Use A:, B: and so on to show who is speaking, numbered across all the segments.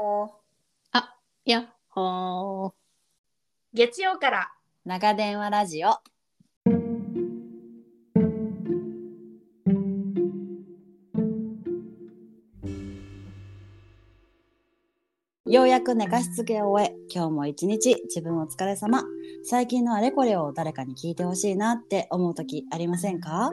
A: も
B: あ、やっほー。
A: う月曜から
B: 長電話ラジオ。ようやく寝かしつけを終え、今日も一日自分お疲れ様。最近のあれこれを誰かに聞いてほしいなって思う時ありませんか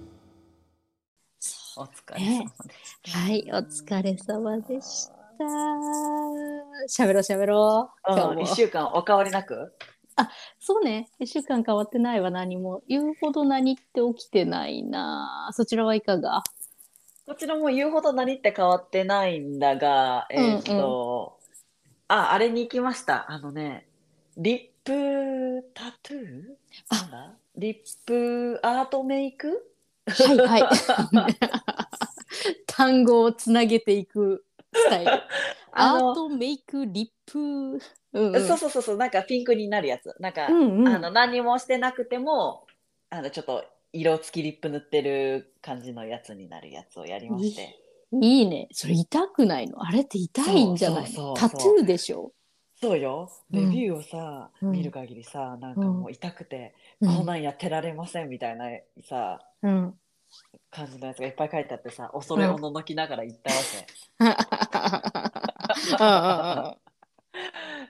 C: お疲れ様です。
B: はい、お疲れ様でした。喋ろう喋ろう。今日
C: うん、
B: も
C: 一週間お変わりなく。
B: そうね、1週間変わってないわ、何も。言うほど何って起きてないな。そちらはいかが
C: こちらも言うほど何って変わってないんだが、えーっ、と、あ、あれに行きました。あのね、リップタトゥーなんだリップアートメイク
B: はいはい。 単語をつなげていくスタイル。
C: あ
B: ア
C: の
B: ート、メイク、リップ。うん、うん。
C: そうそうそうそう、なんかピンクになるやつ。なんか、
B: うんうん
C: あの何もしてなくても、あのちょっと色付きリップ塗ってる感じのやつになるやつをやりまして。
B: いいね。それ痛くないのあれって痛いんじゃない
C: そうそうそ
B: タ
C: う
B: ト
C: そう
B: ゥーでしょ
C: そうよ、
B: うん
C: レビューをさ、
B: うん
C: 見る限りさ、なんかもう痛くて、
B: う
C: こん
B: ん。
C: なんやってられませんみたいなさ、
B: うん、
C: 感じのやつがいっぱい書いてあってさ、恐れをののきながら言ったわ
B: あ
C: け。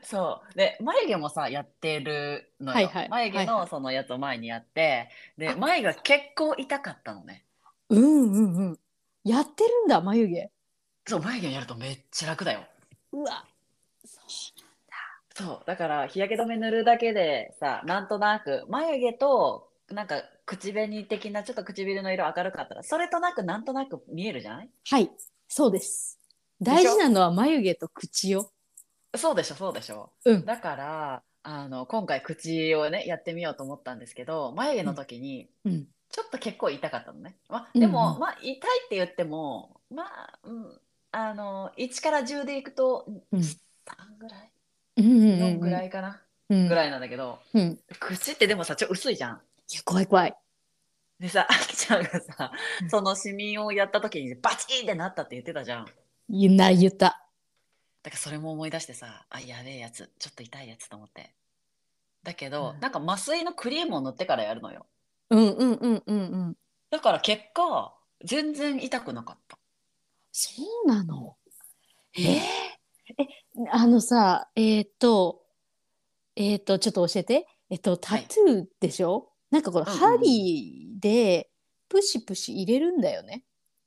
C: そう。で、眉毛もさ、やってるのよ。
B: はいはい
C: 眉毛のそのやつを前にやって、で、眉が結構痛かったのね。
B: うんうんうん。やってるんだ、眉毛。
C: そう、眉毛やるとめっちゃ楽だよ。
B: うわ。
C: そう。だから、日焼け止め塗るだけでさ、なんとなく、眉毛と、なんか、口紅的な、ちょっと唇の色明るかったら、それとなく、なんとなく見えるじゃない
B: はい、そうです。
C: しょ
B: 大事なのは眉毛と口よ。
C: そうでしょ、そうでしょ。
B: うん
C: だから、あの、今回口をね、やってみようと思ったんですけど、眉毛の時に、
B: うん。
C: ちょっと結構痛かったのね。まあ、
B: うん
C: で
B: う
C: も、
B: ん
C: まあ、痛いって言っても、まあ、うん、あの、1から10でいくと、
B: うん
C: 3ぐらい
B: うんうんうん
C: ?4 ぐら
B: い。
C: いかな、
B: うん。
C: ぐらいなんだけど、
B: うん。い
C: 口ってでもさ、ちょ、薄いじゃん。
B: や、怖い怖い。
C: でさ、あきちゃんがさ
B: うん、
C: そのシミをやった時に、バチーンってなったって言ってたじゃん。
B: 言った、言った。
C: だからそれも思い出してさ、あ、やべえやつ、ちょっと痛いやつと思って。だけど、
B: うん
C: なんか麻酔のクリームを塗ってからやるのよ。
B: うんうんうんうんうん。
C: だから結果、全然痛くなかった。
B: そうなの。えー、え、あのさ、えっ、と、えっ、と、ちょっと教えて。えっ、と、タトゥーでしょ、なんかこれ、
C: うんうん
B: 針でプシプシ入れるんだよね。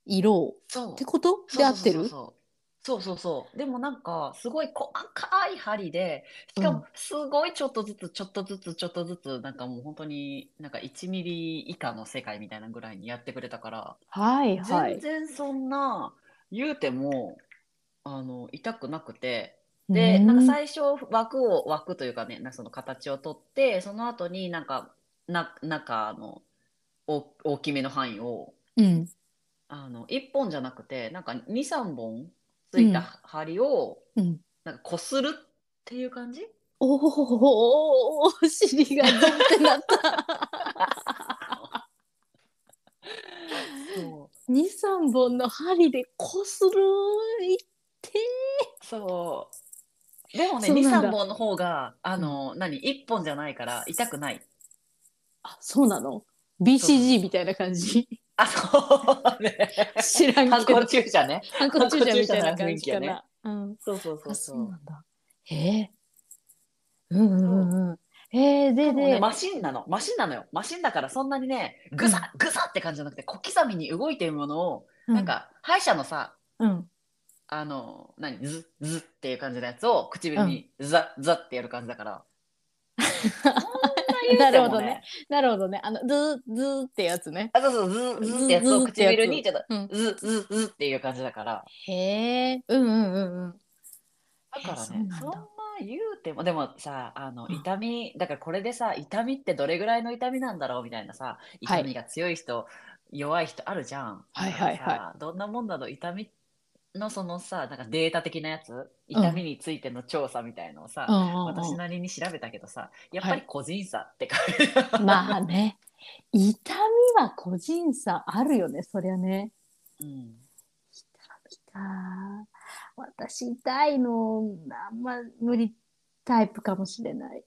B: 色を。
C: そう
B: ってことで合ってる
C: そうそうそうそうそうそうでもなんかすごい細かい針でしかもすごいちょっとずつちょっとずつちょっとずつなんかもう本当になんか1ミリ以下の世界みたいなぐらいにやってくれたから
B: はいはい
C: 全。然そんな言うてもあの痛くなくて
B: う
C: でなんか最初枠を枠というかねなんかその形を取ってその後になんかな中の大大きめの範囲を
B: うん。
C: あの1本じゃなくてなんか23本ついた針を
B: うん。
C: なんかこするっていう感じ、
B: おお尻がズンってなった
C: そう
B: 二三本の針でこするいって
C: そうでもね
B: そうなんだ
C: 23本の方があの、何1本じゃないから痛くない
B: あそうなの
C: そうそう
B: BCG みたいな感じ
C: あそうね
B: 知らん
C: 反
B: けど
C: 抗注射ね
B: 反抗注射みたいな感じかな、
C: 反
B: うん
C: そうそうそ
B: あ
C: う
B: そ
C: そうう
B: なんだへえうんうんうんうんえー、で
C: でもね
B: で、
C: マシンなのマシンなのよマシンだからそんなにねグサッグサッって感じじゃなくて小刻みに動いてるものを、
B: うん
C: なんか歯医者のさ
B: うん
C: あの、何、ズッ、ズッっていう感じのやつを唇にザッ、ザッってやる感じだから。そんな言うても
B: なるほどね。なるほどねあのズーズーってやつね
C: あ、そうそう、ズッ、ズッってやつを唇にちょっ
B: うん
C: と、ズッ、ズッ、ズッっていう感じだから。
B: へえうんうんうんうん
C: だから
B: へーそうなん
C: ね、
B: だ
C: そんな言うても、でもさ、あの、痛み、だからこれでさ、痛みってどれぐらいの痛みなんだろうみたいなさ、
B: はい
C: 痛みが強い人、弱い人あるじゃん。
B: はいはいはい
C: だからさどんなもんだろう痛みのそのさ、なんかデータ的なやつ、痛みについての調査みたいのをさ、
B: うんうんうん
C: 私なりに調べたけどさ、やっぱり個人差って感じ。
B: まあね痛みは個人差あるよねそりゃね
C: うん
B: 痛みか私痛いのあんま無理タイプかもしれない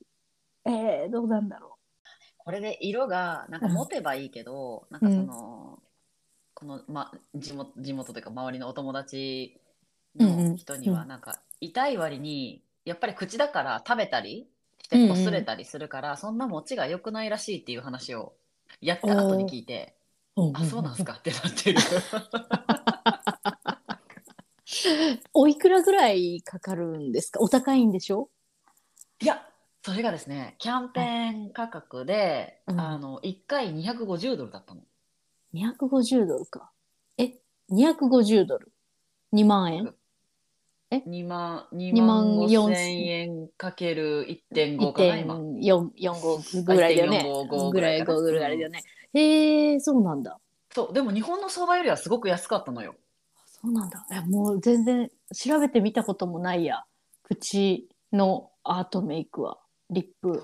B: えー、どうなんだろ
C: これで色がなんか持てばいいけど、なんかその、この、ま、地元地元というか周りのお友達
B: うんう
C: の
B: ん
C: 人には
B: うん
C: なんか痛い割にやっぱり口だから食べたりして
B: うんうん
C: 擦れたりするから、そんな持ちが良くないらしいっていう話をやった後に聞いて、
B: う
C: あそうな んすかってなってる
B: おいくらぐらいかかるんですかお高いんでしょ
C: いやそれがですねキャンペーン価格で、
B: うん
C: あの1回250ドルだったの。
B: 250ドルかえ250ドル2万円
C: 2万、2
B: 2万
C: 万
B: 4
C: 5千円かける1.5かな、今。
B: 1.45ぐらいだよね
C: 1.455
B: ぐらい
C: ぐらいかな
B: 5ぐらいあれだよねへえそうなんだ
C: そう、でも日本の相場よりはすごく安かったのよ。
B: そうなんだえもう全然調べてみたこともないや口のアートメイクはリップ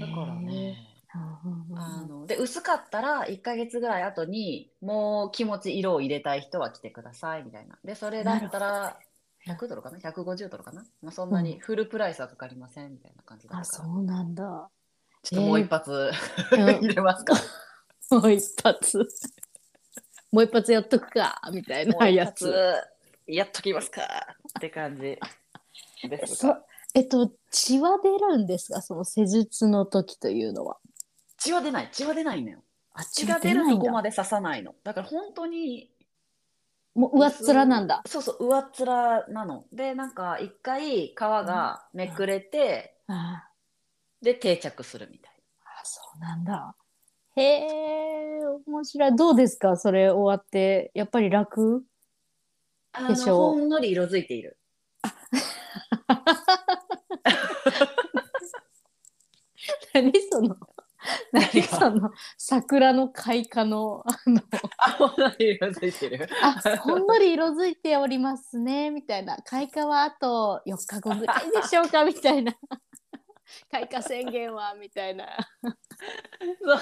C: だからね。
B: へーうんうんうん
C: あの、で、薄かったら1ヶ月ぐらい後に、もう気持ち色を入れたい人は来てください、みたいな。で、それだったら、100ドルかな ?150 ドルかなまあそんなにフルプライスはかかりません、みたいな感じだ
B: あ
C: ったか
B: そ
C: ら。
B: うなん だ
C: ちょっともう一発
B: うん
C: 入れますか。
B: もう一発もう一発やっとくかみたい
C: も
B: な
C: う一
B: や
C: 発
B: つ
C: やっときますか。って感じです
B: そ
C: か。
B: えっと血は出るんですがその施術の時というのは
C: 血は出ない血は出ないのよ
B: あ
C: 血が出るとこま
B: で
C: で刺さないのだから本当に
B: もう上っ面なんだ
C: そうそう上っ面なのでなんか一回皮がめくれて、
B: ああ
C: で定着するみたい
B: あそうなんだへえ面白いどうですかそれ終わってやっぱり楽
C: なあ
B: で
C: の
B: しょう
C: ほんのり色づいている
B: 何その
C: 何が
B: 何その桜の開花のあの
C: あほんのり色づいてる
B: あほんのり色づいておりますねみたいな開花はあと4日後ぐらいでしょうかみたいな 開花宣言はみたいな
C: そ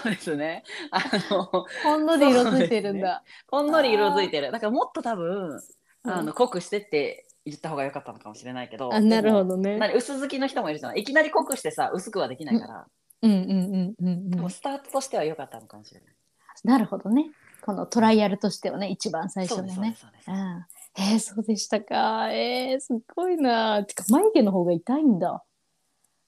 C: うですねあの
B: ほんのり色づいてるんだ、
C: ほんのり色づいてるだからもっと多分
B: うん
C: あの濃くしてって言った方が良かったのかもしれないけど
B: あなるほ
C: ど
B: どね
C: 何薄づきの人もいるじゃないいきなり濃くしてさ薄くはできないから、
B: うんうんうんうん
C: で
B: う
C: も
B: ん
C: スタートとしては良かったのかもしれない
B: なるほどねこのトライアルとしてはね一番最初
C: そう
B: の
C: です
B: ね
C: そうです
B: う
C: そ
B: ん
C: うです
B: えー、そうでしたか。えー、すごいな。てか眉毛の方が痛いんだ。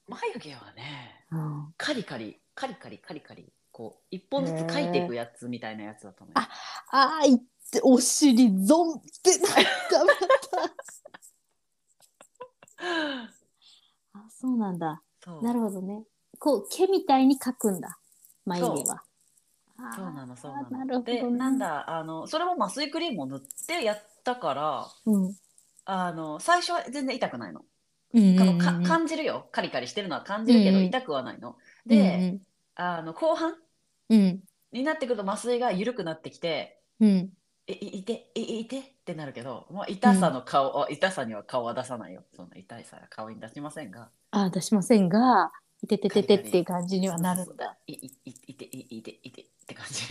C: 眉毛はね
B: うん、
C: カリカリカリカリカリカリこう一本ずつ描いていくやつみたいなやつだと思う、
B: ああーいってお尻ゾンってなんか あそうなんだ。
C: そう
B: なるほどね。こう毛みたいに描くんだ眉毛は。あー
C: そうなのそうなの
B: なるほどね
C: でなんだあのそれも麻酔クリームを塗ってやったから
B: うん。
C: あの最初は全然痛くないの,、
B: うん
C: あのか感じるよカリカリしてるのは感じるけど、
B: うんうん
C: 痛くはないの
B: うん
C: で、あの後半
B: うん
C: になってくると麻酔が緩くなってきて
B: うん
C: えいいていいいてってなるけど、まあ、痛さの顔、あ痛さには顔は出さないよそんな痛いさは顔に出しませんが
B: あー出しませんが。いててててっていう感じにはなる
C: そ
B: ん
C: うそう
B: だ。
C: いいいいていいていてって感 じ。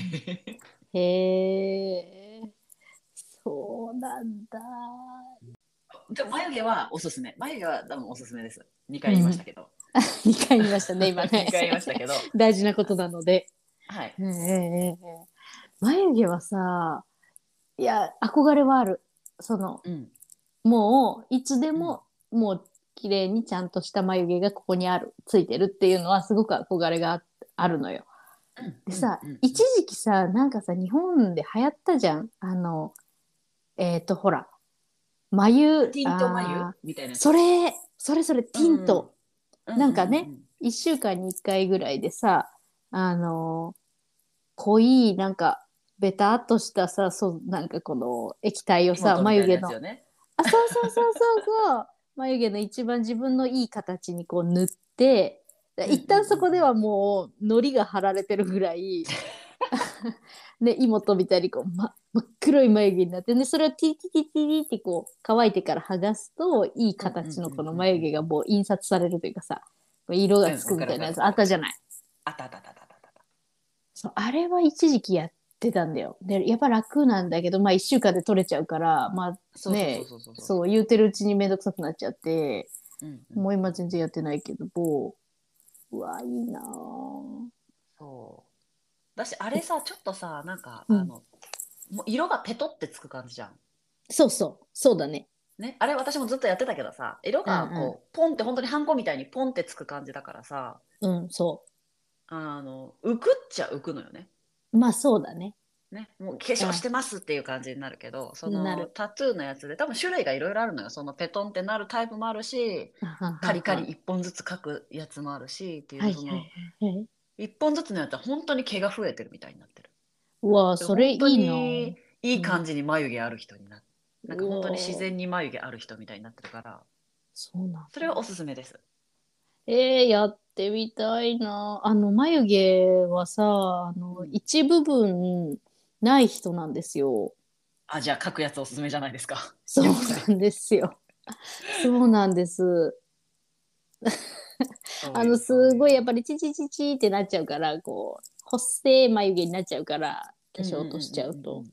B: へえ。そうなんだ。
C: でも眉毛はおすすめ。眉毛は多分おすすめです。二回言いましたけど。
B: 二回言いましたね、今
C: 二
B: ね
C: 回。言いましたけど。
B: 大事なことなので。
C: はい。
B: ええええええ眉毛はさ、いや、憧れはある。その、
C: うん。
B: もう、いつでも、もう、綺麗にちゃんとした眉毛がここにある、ついてるっていうのは、すごく憧れがああるのよ。でさ、
C: うんうんうん
B: 一時期さ、なんかさ、日本で流行ったじゃん。あの、えっ、と、ほら、眉、
C: ティント眉
B: あ
C: みたい
B: ー
C: な。
B: それ、それそれ、ティント。
C: う
B: なんかね。1週間に1回ぐらいでさあのー濃いなんかベタっとしたさそうなんかこの液体を
C: さ
B: さ
C: 眉
B: 眉
C: 毛
B: 毛
C: の
B: の
C: やつよね。
B: あそうそうそうそうそう 眉毛の一番自分のいい形にこう塗って
C: ん
B: 一旦そこではもう糊が貼られてるぐら いね妹みたいにこう、ま、真っ黒い眉毛になってでそれをティティティティティってこう乾いてから剥がすといい形のこの眉毛がもう印刷されるというかさこう色がつくみたいなやつあったじゃない。
C: あったあったあったあったあったあった。
B: そうあれは一時期やってたんだよ。でやっぱ楽なんだけどまあ1週間で取れちゃうからまあ
C: そう
B: ねえ
C: そうそうそうそう。
B: そう言うてるうちに面倒くさくなっちゃって。
C: うんうん
B: もう今全然やってないけど、もううわ、いいなぁ
C: そう。だし、あれさ、ちょっとさ、なんか、
B: うん
C: あの、もう色がペトってつく感じじゃん。
B: そうそう、そうだね。
C: ね、あれ私もずっとやってたけどさ、色がこう、
B: うん
C: ポンって本当にハンコみたいにポンってつく感じだからさ、
B: うん、そ
C: あの、浮くっちゃ浮くのよね。
B: う。まあそうだね。
C: ね、もう化粧してますっていう感じになるけど、そ
B: な
C: の
B: る
C: タトゥーのやつで多分種類がいろいろあるのよ。そのペトンってなるタイプもあるし、カリカリ一本ずつ描くやつもあるしっていう、
B: はい
C: そ
B: はい
C: の
B: はい。
C: 一本ずつのやつは本当に毛が増えてるみたいになってる。
B: うわぁ、それいいな
C: 本当
B: ぁ
C: にいい感じに眉毛ある人になって、なんか本当に自
B: うわぁ
C: 然に眉毛ある人みたいになってるから、
B: そうなん
C: それはおすすめです。
B: えー、やってみたいなぁあの、眉毛はさ、あの、一部分ない人なんですよ。
C: あ、じゃあ書くやつおすすめじゃないですか。
B: そうなんです よ。そうなんです。あのすごいやっぱりチチチチってなっちゃうからこう細い眉毛になっちゃうから化粧落としちゃうと、
C: んんんん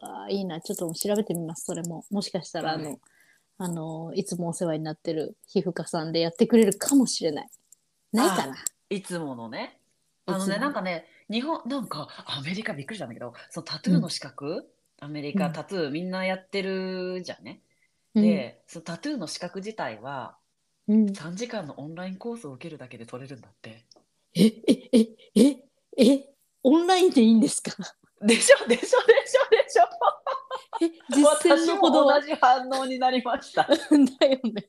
B: あーいいなちょっと調べてみますそれももしかしたらあの、
C: はい
B: い、あのいつもお世話になってる皮膚科さんでやってくれるかもしれないないかない
C: つものね。あの
B: いつも
C: ね、
B: の
C: なんかね、日本、なんかアメリカびっくりしたんだけど、そのタトゥーの資格、アメリ
B: う
C: カ
B: ん
C: タトゥーみんなやってるじゃんね。
B: うん
C: で、そのタトゥーの資格自体は
B: うん、
C: 3時間のオンラインコースを受けるだけで取れるんだって。
B: えええええオンラインでいいんですか
C: でしょでしょでしょでしょ
B: え実践
C: 私
B: の
C: も
B: ほどは
C: 同じ反応になりました。
B: だよね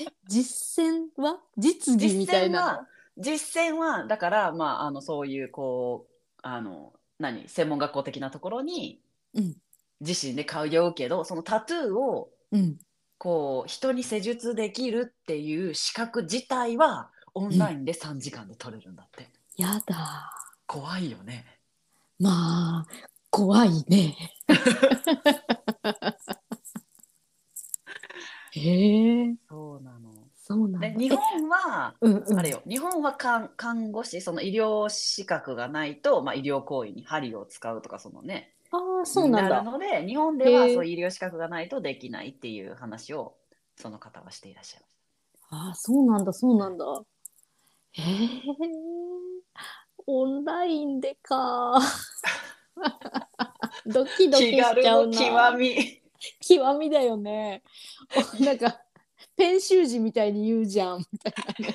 B: え実践は実技み
C: 実
B: たい
C: 践
B: な
C: は実践はだからまああのそういうこうあの何専門学校的なところに
B: うん
C: 自身で通うけどそのタトゥーを
B: うん
C: こう人に施術できるっていう資格自体はオンラインで3時間で取れるんだって、
B: やだ
C: 怖いよね
B: まあ怖いね。へえ、
C: そうなの
B: そうなんだ。
C: で日本は
B: えうんうん、
C: あれよ日本は看看護師その医療資格がないと、まあ、医療行為に針を使うとかそのね
B: ああ、そうなん
C: なる
B: だ。
C: ので日本では
B: へー
C: そういう医療資格がないとできないっていう話をその方はしていらっしゃいまし
B: ああ、そうなんだ、そうなんだ。へえ、オンラインでか。 ドキド
C: た。
B: キしちゃうな。
C: み。
B: 極みだよね。 おなんかペン習字みたいに言うじゃんみたいなね。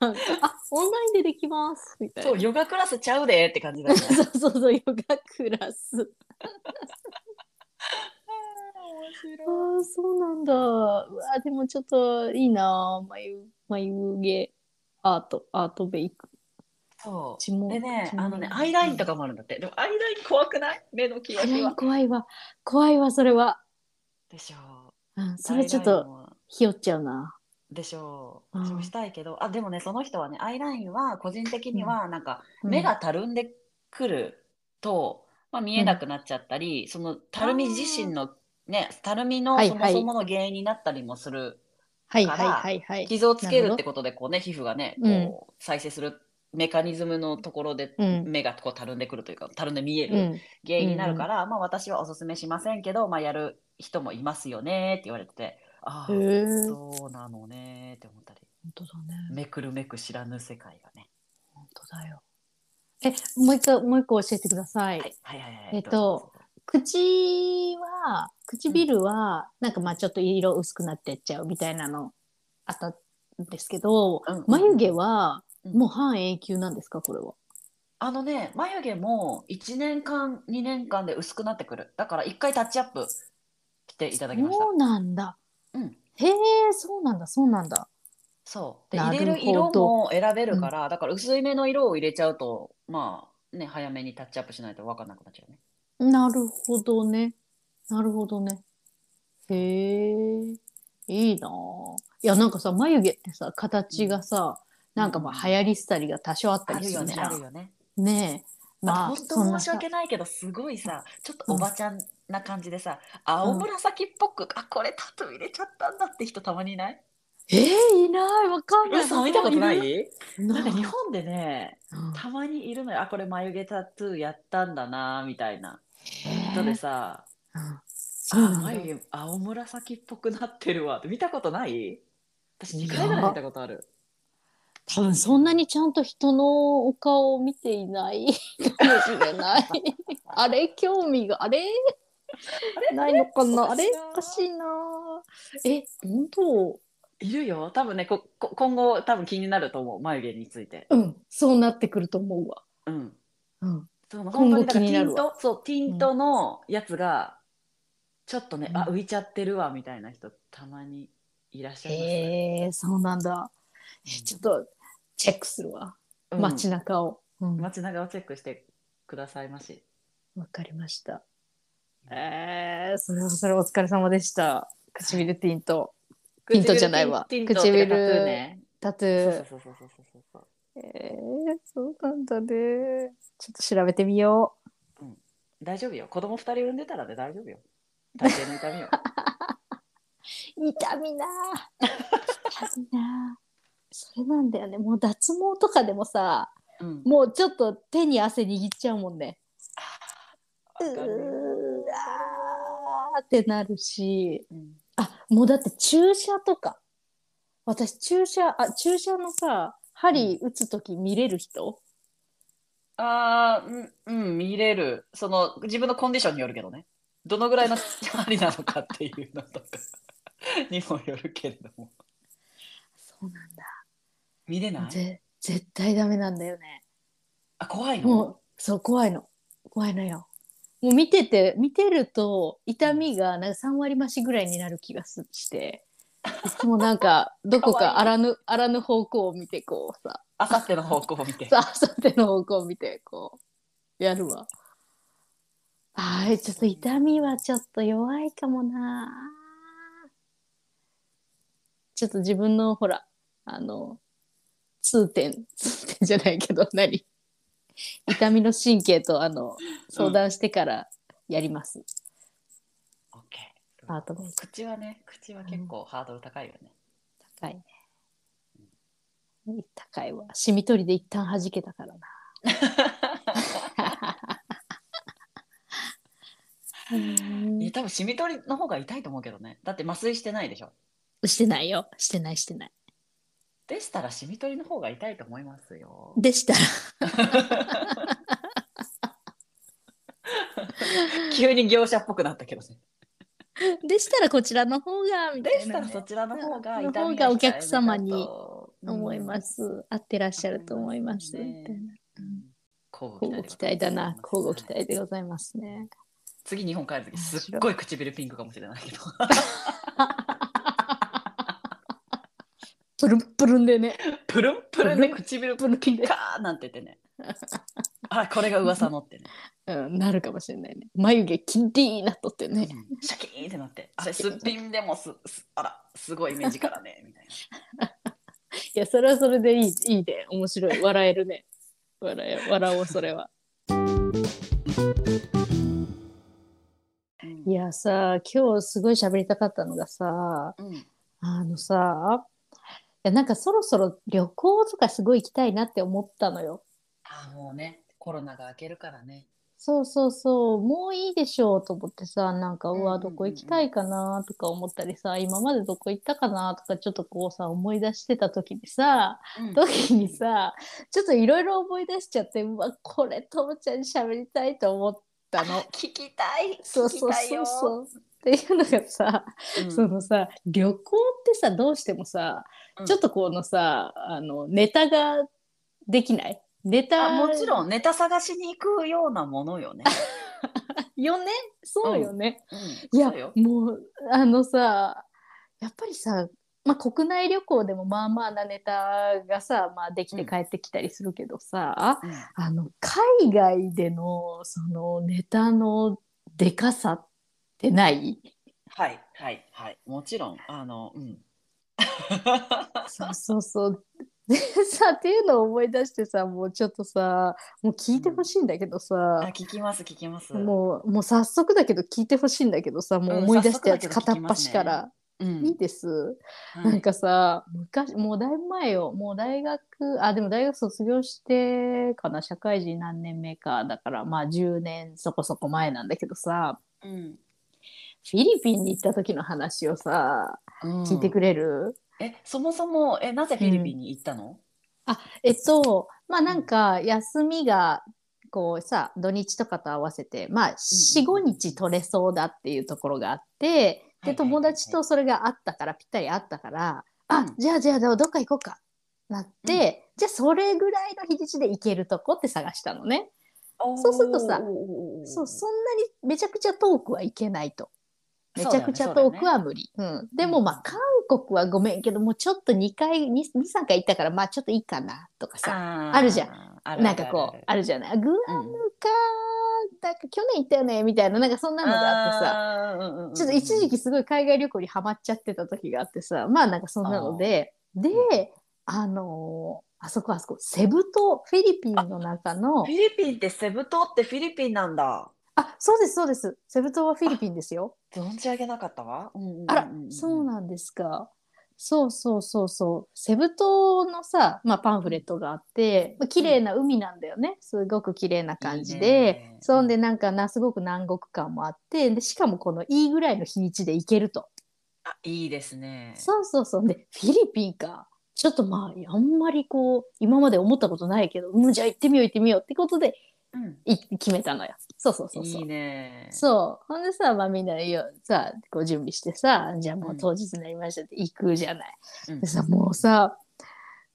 B: なんかあオンラインでできますみたいな。
C: そうヨガクラスちゃうでって感じだ ね。
B: そうそうそうヨガクラス。ああそうなんだ。うわでもちょっといいな眉眉毛アートアートベイク。
C: そう
B: ちも
C: でね
B: ち、も
C: あのね、アイラインとかもあるんだって。でもアイライン怖くない目の際
B: アイライン
C: は。
B: 怖いわ怖いわそれは。
C: でしょ
B: うん
C: う。
B: それちょっ
C: アイライン
B: と
C: は。
B: ひよっちゃうな。
C: でしょう。
B: うん
C: 私もしたいけど、あ、でもね、その人はね、アイラインは個人的には、なんか、
B: うん
C: 目がたるんでくると、まあ、見えなくなっちゃったり、そのたるみ自身のねたるみの
B: はい
C: そ
B: は
C: も
B: い
C: そもの原因になったりもする、
B: はいはいはいはい。
C: 傷をつけるってことでこうね皮膚がねこう再生するメカニズムのところで
B: うん
C: 目がこうたるんでくるというかたるんで見え
B: う
C: る
B: ん
C: 原因になるから、まあ、私はおすすめしませんけど、まあ、やる人もいますよねって言われててあ
B: へ
C: あ
B: え本
C: そうなのねって思ったり
B: 当だね。
C: めくるめく知らぬ世界がね。
B: 本当だよ。え、もう一回、もう一個教えてください。
C: はいはいはいはい
B: えっと口は、唇は、なんかまあちょっと色薄くなってっちゃうみたいなのあったんですけど、
C: うんうん
B: 眉毛は、
C: うん
B: もう半永久なんですか、これは。
C: あのね眉毛も1年間2年間で薄くなってくるだから1回タッチアップしていただきました
B: そうなんだ。
C: うん
B: へえ、そうなんだ、そうなんだ。
C: そう。で、
B: な
C: 入れ
B: る
C: る
B: ほ
C: 色
B: ど
C: も選べるから、だから薄いめの色を入れちゃうと、まあ、ね、早めにタッチアップしないと分かんなくなっちゃうね。
B: なるほどね。なるほどね。へえいいなあいやなんかさ眉毛ってさ形がさ、なんかまあ流行りしたりが多少あった
C: あ
B: り
C: る
B: す
C: よ
B: る
C: ね
B: じ
C: あ
B: ゃ
C: る
B: ん。
C: よね
B: ねえ
C: ま
B: ま
C: あ
B: あ
C: 本当申し訳
B: い。
C: ないけどすごいさちょっとおばちゃんな感じでさ、青紫っぽくあこれタトゥー入れちゃったんだって人たまにいない
B: えー、いないわかんない。
C: 嘘見たことないい
B: る
C: なん
B: な
C: か
B: い
C: 日本でね
B: うん
C: たまにいるのよあこれ眉毛タトゥーやったんだなみたいな
B: へ
C: 人
B: え
C: でさ
B: うんそう
C: あ
B: なんだ
C: 眉毛青紫っぽくなってるわって見たことない私2回ぐらい見たことある
B: 多分そんなにちゃんと人のお顔を見ていないかもしれない あれ興味があれないのかなあれおかしいなえ本当
C: いるよ多分ねここ今後多分気になると思う眉毛について
B: うんそうなってくると思うわ、
C: うん
B: うん、
C: その
B: 今後
C: 本当にだから
B: 気になる
C: ティントそうティントのやつがちょっとね、あ浮いちゃってるわみたいな人たまにいらっしゃいますね、
B: へえそうなんだえちょっとチェックするわ
C: うん
B: 街中をうんわ、
C: 街中をチェックしてくださいまし
B: かりましたえー、それはそれお疲れ様でした唇ティントティントじゃないわ
C: 唇ティントっていうかタトゥーね
B: タト
C: そ
B: ゥ
C: う
B: ー
C: そうそうそうそうそうそう
B: えー、そうなんだね。ちょっと調べてみよ
C: 大丈夫よ子供二人産んでたらね大丈夫よ大抵の痛 みは
B: う。痛みなー。痛みなー。それなんだよね。もう脱毛とかでもさ、
C: うん
B: もうちょっと手に汗握っちゃうもんね。うー
C: わかるよ
B: あーってなるし。
C: うん
B: あ、もうだって注射とか。私注射、あ、注射のさ、針打つとき見れる人、
C: あーうん、うん、見れる。その、自分のコンディションによるけどね。どのぐらいのありなのかっていうのとか にもよるけれども。
B: そうなんだ。
C: 見れない
B: ぜ絶対ダメなんだよね。
C: あ、怖い
B: も
C: の
B: うそう怖いの怖いのよもう見てて見てると痛みがなんか3割増しぐらいになる気がすしていつもなんかどこかあらぬあらぬ方向を見てこうさ
C: あさっての方向を 見て。
B: さあさっての方向を見てこうやるわはいちょっと痛みはちょっと弱いかもなちょっと自分のほらあの痛点痛点じゃないけど何痛みの神経とあの相談してからやります、
C: オッケー
B: アートメイク
C: 口はね、口は結構ハードル高いよね。
B: 高いね高いわしみ取りで一旦弾けたからなう
C: いや
B: ー
C: 多分、シミ取りの方が痛いと思うけどね。だって麻酔してないでしょ。
B: んしてないよしてないしてない
C: でしたら、シミ取りの方が痛いと思いま すよ。
B: でしたら
C: 急に業者っぽくなったけどね。
B: でしたらこちらの方がみた
C: で
B: い
C: した
B: な
C: ら、
B: ね、
C: そちらの方が痛み
B: の方がお客様に
C: 控えめだと
B: 思いま。す、合ってらっしゃると思います
C: 思いま
B: み
C: すね
B: たいなうん
C: 交
B: 交互期待だな交互期待でございますね
C: 次日本帰る時すっごい唇ピンクかもしれないけど
B: プルンプルンでね
C: プルンプルンで唇
B: プルン
C: ピン
B: で
C: カーなんててねあこれが噂のってね、
B: うん、なるかもしれないね。眉毛キリーなっとってね。
C: シャキーンってなってあれすっぴんでもすすあらすごい目 力ねみたいない
B: や、それはそれでいい、いいね。面白い。笑えるね。笑え、笑おう、それは。いやさ、今日すごい喋りたかったのがさ、
C: うん
B: あのさ、いやなんかそろそろ旅行とかすごい行きたいなって思ったのよ。
C: あもうねコロナが明けるからね
B: そうそうそう、もういいでしょうと思ってさ、なんか、
C: うん
B: う
C: うんうんう
B: わ、
C: ん
B: どこ行きたいかなとか思ったりさ、今までどこ行ったかなとか、ちょっとこうさ、思い出してた時にさ、時にさちょっといろいろ思い出しちゃってうわこれともちゃんに喋りたいと思ったの。
C: 聞きたい
B: そうそうそうそう。っていうのがさ、そのさ旅行ってさどうしてもさ、
C: うん
B: ちょっとこのさあのネタができないネタ
C: あもちろ
B: ん
C: んネタ探しに行くようなも のよね、
B: よねそうよね。
C: うん、
B: いや
C: そうよ
B: もうあのさやっぱりさまあ、国内旅行でもまあまあなネタがさ、まあ、できて帰ってきたりするけどさ、
C: うん
B: あの海外でのそのネタのでかさってない
C: はいはいはいもちろんあのうん
B: そうそうそう。でさっていうのを思い出してさもうちょっとさもう聞いてほしいんだけど
C: あ
B: さ、
C: 聞きます聞きます
B: もうもう早速だけど聞いてほしいんだけどさもう思い出したやつ
C: うん早速
B: 片
C: だ
B: っ
C: けど聞きま
B: 端
C: すね
B: から、
C: うん
B: いいです、
C: は
B: なん
C: い
B: かさ昔もうだいぶ前よもう大学あでも大学卒業してかな社会人何年目かだからまあ10年そこそこ前なんだけどさ
C: うん
B: フィリピンに行った時の話をさ
C: うん
B: 聞いてくれる、
C: えそもそもえなぜフィリピンに行ったの、
B: えっとまあなんか休みがこうさ土日とかと合わせてまあ45日取れそうだっていうところがあって
C: はいはいはいは
B: で
C: い
B: 友達とそれがあったからぴったりあったからあ
C: うん
B: じゃあじゃあどっか行こうかなってじゃあそれぐらいの日にちで行けるとこって探したのねそうするとさ
C: おーおーおーおー
B: そうそんなにめちゃくちゃ遠くはいけないとめちゃくちゃ
C: そうだよ
B: 遠
C: ね
B: くは無理う、ん、でもまあ韓国はごめんけどもうちょっと2回23回行ったからまあちょっといいかなとかさ
C: あ
B: あるじゃ
C: んある
B: なんかこうあるじゃないグアムか、なんか去年行ったよねみたいななんかそんなのがあってさち
C: さ
B: ょっと一時期すごい海外旅行にハマっちゃってた時があってさまあなんかそんなのでであのーあそこあそこセブ島フィリピンの中の
C: フィリピンってセブ島ってフィリピンなんだ
B: あそうですそうですセブ島はフィリピンですよ
C: 存じ上げなかったわ、うんうんうん
B: あらそうなんですかそうそうそうそうセブ島のさ、まあ、パンフレットがあってまあ綺麗な海なんだよねすごく綺麗な感じ
C: いい
B: で
C: ね
B: そんでなんかなすごく南国感もあってでしかもこのいいぐらいの日にちで行けると
C: あいいですね
B: そうそうそうでフィリピンかちょっとまああんまりこう今まで思ったことないけどうんじゃあ行ってみよう行ってみようってことで
C: うん
B: い決めたのよそうそうそうそう
C: いいね
B: そう。ほんでさ、まあみんなよさ、こう準備してさ、じゃあもう当日になりましたって行くじゃない。
C: うん
B: でさ、もうさ、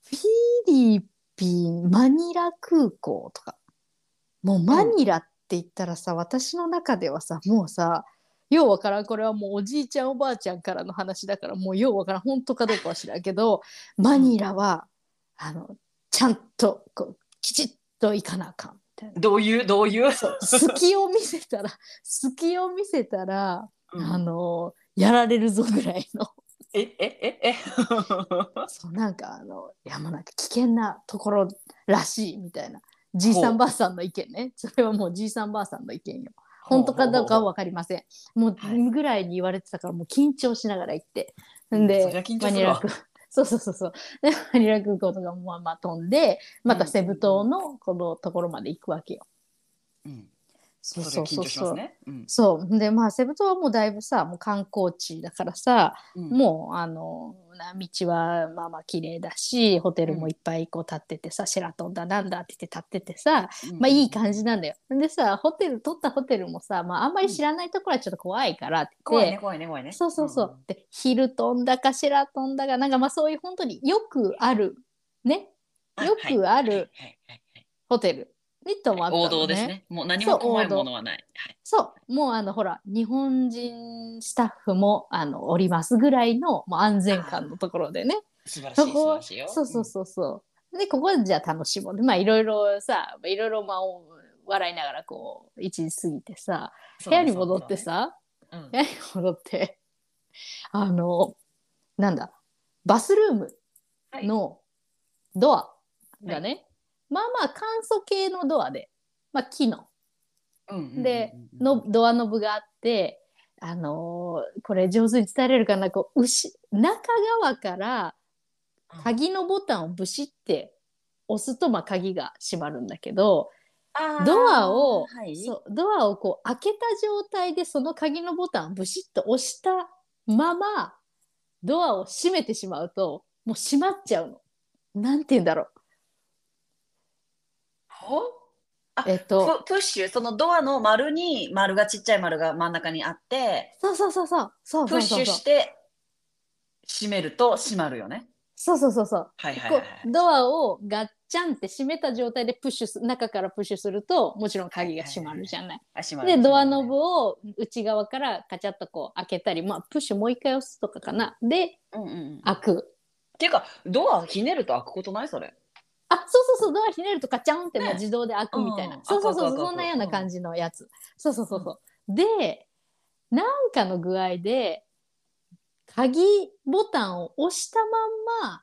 B: フィリピン、マニラ空港とか、もうマニラって言ったらさ、私の中ではさ、もうさ、ようわからん、これはもうおじいちゃんおばあちゃんからの話だから、もうようわからん、本当かどうかは知らんけど、マニラは、あの、ちゃんと、こう、きちっと行かなあかんみたいな。
C: どういうどういう
B: 隙を見せたら隙を見せたら、
C: うん
B: あのやられるぞぐらいの
C: ええええ
B: そうなんかあのいやもうなんか危険なところらしいみたいなじいさ
C: ほ
B: ん
C: う
B: ばあさんの意見ね それはもうじいさんばあさんの意見よ本当かどうかは分かりませんもう
C: はい
B: ぐらいに言われてたからもう緊張しながら行って
C: うん
B: ん
C: そりゃ
B: で
C: 緊張
B: マ
C: す
B: ニ
C: る
B: ラ
C: わ
B: 空 そうそうそうそうでマニラ空港とかもまあまあ飛んでまたセブ島のこのところまで行くわけよ、
C: うん
B: そ
C: そうれ
B: そう
C: は緊
B: そう
C: 張し
B: そ
C: ま
B: う
C: すねうん
B: そうでまあセブ島はもうだいぶさもう観光地だからさ、
C: うん
B: もうあのな道はまあまあ綺麗だしホテルもいっぱいこう建っててさ、シェラトンだなんだって言って建っててさ
C: うん
B: まあいい感じなんだよ。でさホテル取ったホテルもさ、まあ、あんまり知らないところはちょっと怖いからって言っ
C: 怖
B: て
C: いね怖いね怖いね
B: そうそうそう、でヒルトンだかシェラトンだかなんかまあそういう本当によくあるね
C: うん
B: よくある
C: はいはいはいはい
B: ホテルに泊まったの、
C: 王道ですねもう何も怖いものはないはい
B: そう、もうあのほら、日本人スタッフもあのおりますぐらいのもう安全感のところでね。
C: 素晴らし
B: そ
C: い素晴
B: こ
C: らしいよ
B: そうそうそうそう。で、ここでじゃあ楽しもう。でまあ、いろいろさ、いろいろまあ、お笑いながらこう、一時過ぎてさ、
C: うん
B: 部屋に戻ってさ、
C: そうだね
B: 部屋に戻って、あの、なんだ、バスルームのドアがね、まあまあ簡素系のドアで、まあ木の
C: うんうんうんうん
B: でのドアノブがあって、あのーこれ上手に伝えれるかなこう牛中側から鍵のボタンをブシって押すと、まあ、鍵が閉まるんだけど
C: あー
B: ドアを、
C: はい
B: そうドアをこう開けた状態でその鍵のボタンをブシッと押したままドアを閉めてしまうともう閉まっちゃうの。なんて言うんだろう。
C: ほあ
B: えっと、
C: ププッシュそのドアの丸に丸がちっちゃい丸が真ん中にあって
B: そうそうそうそうそう
C: プ
B: そ
C: ッ
B: う
C: シ
B: そう
C: ュして閉めると閉まるよね
B: そうそうそうそう
C: はいはい
B: こ
C: はいは
B: う
C: い
B: ドアをガッチャンって閉めた状態でプッシュす中からプッシュするともちろん鍵が閉まるじゃない。
C: あ閉ま
B: で
C: る
B: ドアノブ
C: を
B: を内側からカチャッとこう開けたり、まあ、プッシュもう一回押すとかかなで
C: うんうんうん
B: 開く。
C: ていうかドアひねると開くことないそれ
B: あそうそうそうドアひねるとカチャンってもう
C: ね
B: 自動で開くみたいな、
C: うん
B: そうそうそう
C: 開く開く開く
B: そんなような感じのやつ、そうそうそうそうでなんかの具合で鍵ボタンを押したまんま、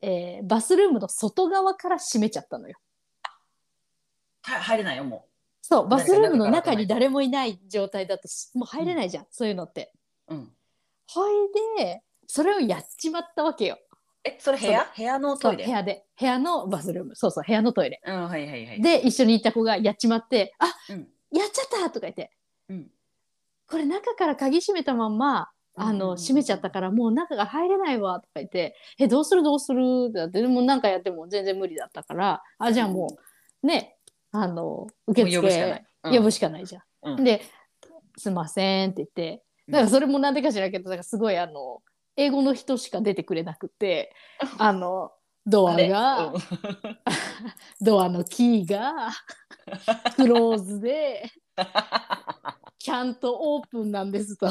B: えーバスルームの外側から閉めちゃったのよ。
C: は入れないよ、も
B: そう、バスルームの
C: 誰か
B: 中
C: 中
B: に誰もいない状態だとしもう入れないじゃん、そういうのって。
C: う。うん。
B: ほいで、それをやっちまったわけよ。
C: え、それ部屋部屋のトイレ
B: そう部屋で。部屋のバスルーム。そうそう、部屋のトイレ。
C: うん、はいはいはい。、
B: で、一緒にいた子がやっちまって、あ
C: うん。
B: やっちゃったとか言って、
C: うん。
B: これ中から鍵閉めたまんま、あ
C: うん
B: の、閉めちゃったからもう中が入れないわとか言って、え、どうするどうするってなって、でもなんかやっても全然無理だったから、あ、じゃあもう、ね、あの、受
C: もう呼ぶしかな
B: 付
C: い。
B: 呼ぶ
C: し
B: しかないじゃん。
C: うん
B: で、すいませんって言って、
C: うん
B: なんかそれもなんでか知らんけど、なんかすごいあの、英語の人しか出てくれなくて、 あの、ドアが、ドアのキー が、クローズで、キャントオープンなんです と。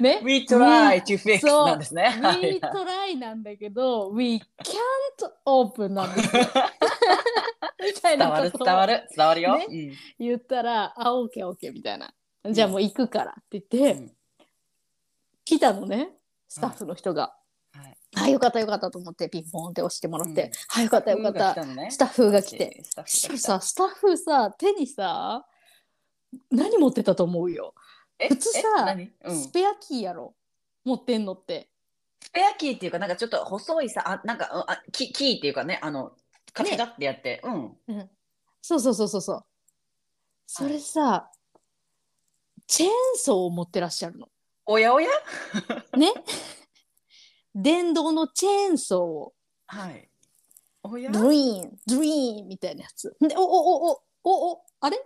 B: ね
C: We try to fix
B: そう
C: なんですね。はい
B: We try なんだけど、We can't open なんです よ。みたい
C: 伝わ
B: な
C: る
B: こと
C: 伝わる伝わるよ。
B: ね言ったら、あ、オーケーオーケーみたいな。じゃあもう行くからって
C: うん
B: 言って、
C: うん
B: 来たのね、スタッフの人が。
C: はい
B: あ、よかったよかったと思って、ピンポンって押してもらって、
C: うん
B: あ、よかったよかっ
C: スタ
B: た。
C: ッフが来たのね
B: スタッフが来て。。
C: スタッ
B: しか
C: フ
B: も
C: が来
B: さ、
C: た
B: スタッフさ、手にさ、何持ってたと思うよ。
C: え
B: 普通さ
C: え何うん
B: スペアキーやろ。持ってんのって。
C: スペアキーっていうか、なんかちょっと細いさ、あなんかうんあキキーっていうかね、あの、カチャカチャってやって、うん。
B: そうそうそうそうそう。それさ、チェーンソーを持ってらっしゃるの。
C: おやおや
B: ね電動のチェーンソーを、
C: はい。おや
B: ドリーン、ドリーンみたいなやつ。で、おおおおおおあれ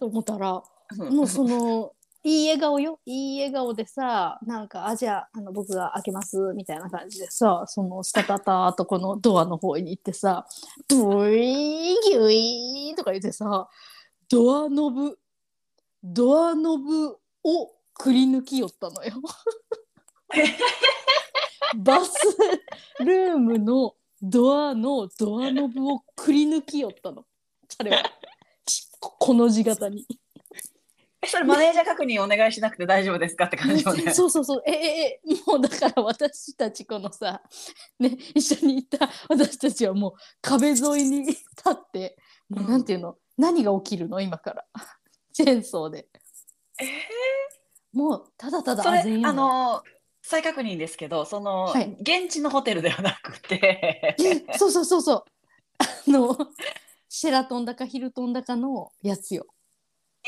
B: と思ったら、もうその、いい笑顔よ。いい笑顔でさ、なんか、あ、じゃあ、あの、僕が開けます、みたいな感じでさ、その、スタタタとこのドアの方に行ってさ、ドイーン、ギュイーンとか言ってさ、ドアノブ、ドアノブをくり抜きよった のよ。バスルームのドアのドアノブをくり抜きよったの。彼 は。この字型に。
C: えそれマネージャー確認お願いしなくて大丈夫ですかって感じよね。
B: そうそうそうえええもうだから私たちこのさ、ね、一緒にいた私たちはもう壁沿いに立ってもうなんていうの、何が起きるの今から チェーンソーで
C: えー
B: もうただただ
C: それ
B: 全員
C: あの再確認ですけど、その、
B: はい
C: 現地のホテルではなくて、
B: えそうそうそうそうあのシェラトンだかヒルトンだかのやつよ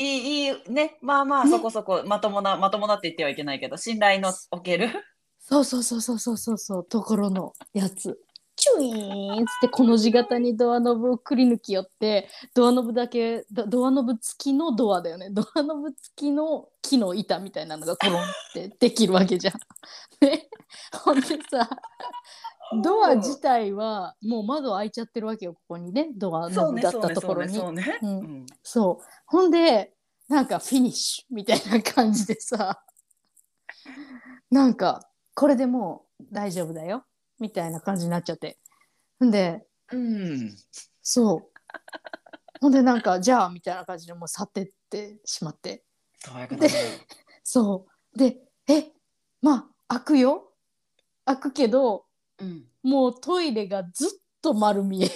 C: いいいいね、まあまあ
B: ね
C: そこそこまともなまともなって言ってはいけないけど、信頼のおける。
B: そうそうそうそうそうそうそうところのやつ。チュイーンっつってこの字型にドアノブをくり抜きよってドアノブだけドドアノブ付きのドアだよねドアノブ付きの木の板みたいなのがコロンってできるわけじゃん。 ね、ほんでさドア自体はもう窓開いちゃってるわけよここにねドア
C: そ
B: ノ
C: う
B: ブ
C: ね
B: だっ
C: そう
B: た
C: ね
B: と
C: そ
B: こ
C: う
B: ろ
C: ね
B: に。
C: そうね。
B: うん
C: うん
B: そう。ほんで、なんかフィニッシュみたいな感じでさ、なんか、これでもう大丈夫だよ、みたいな感じになっちゃって。ほんで、
C: うん。
B: そう。ほんで、なんか、じゃあ、みたいな感じでもう去ってってしまって。
C: そういうことね。
B: そう。で、え、まあ、開くよ。開くけど、
C: うん。
B: もうトイレがずっと丸見え。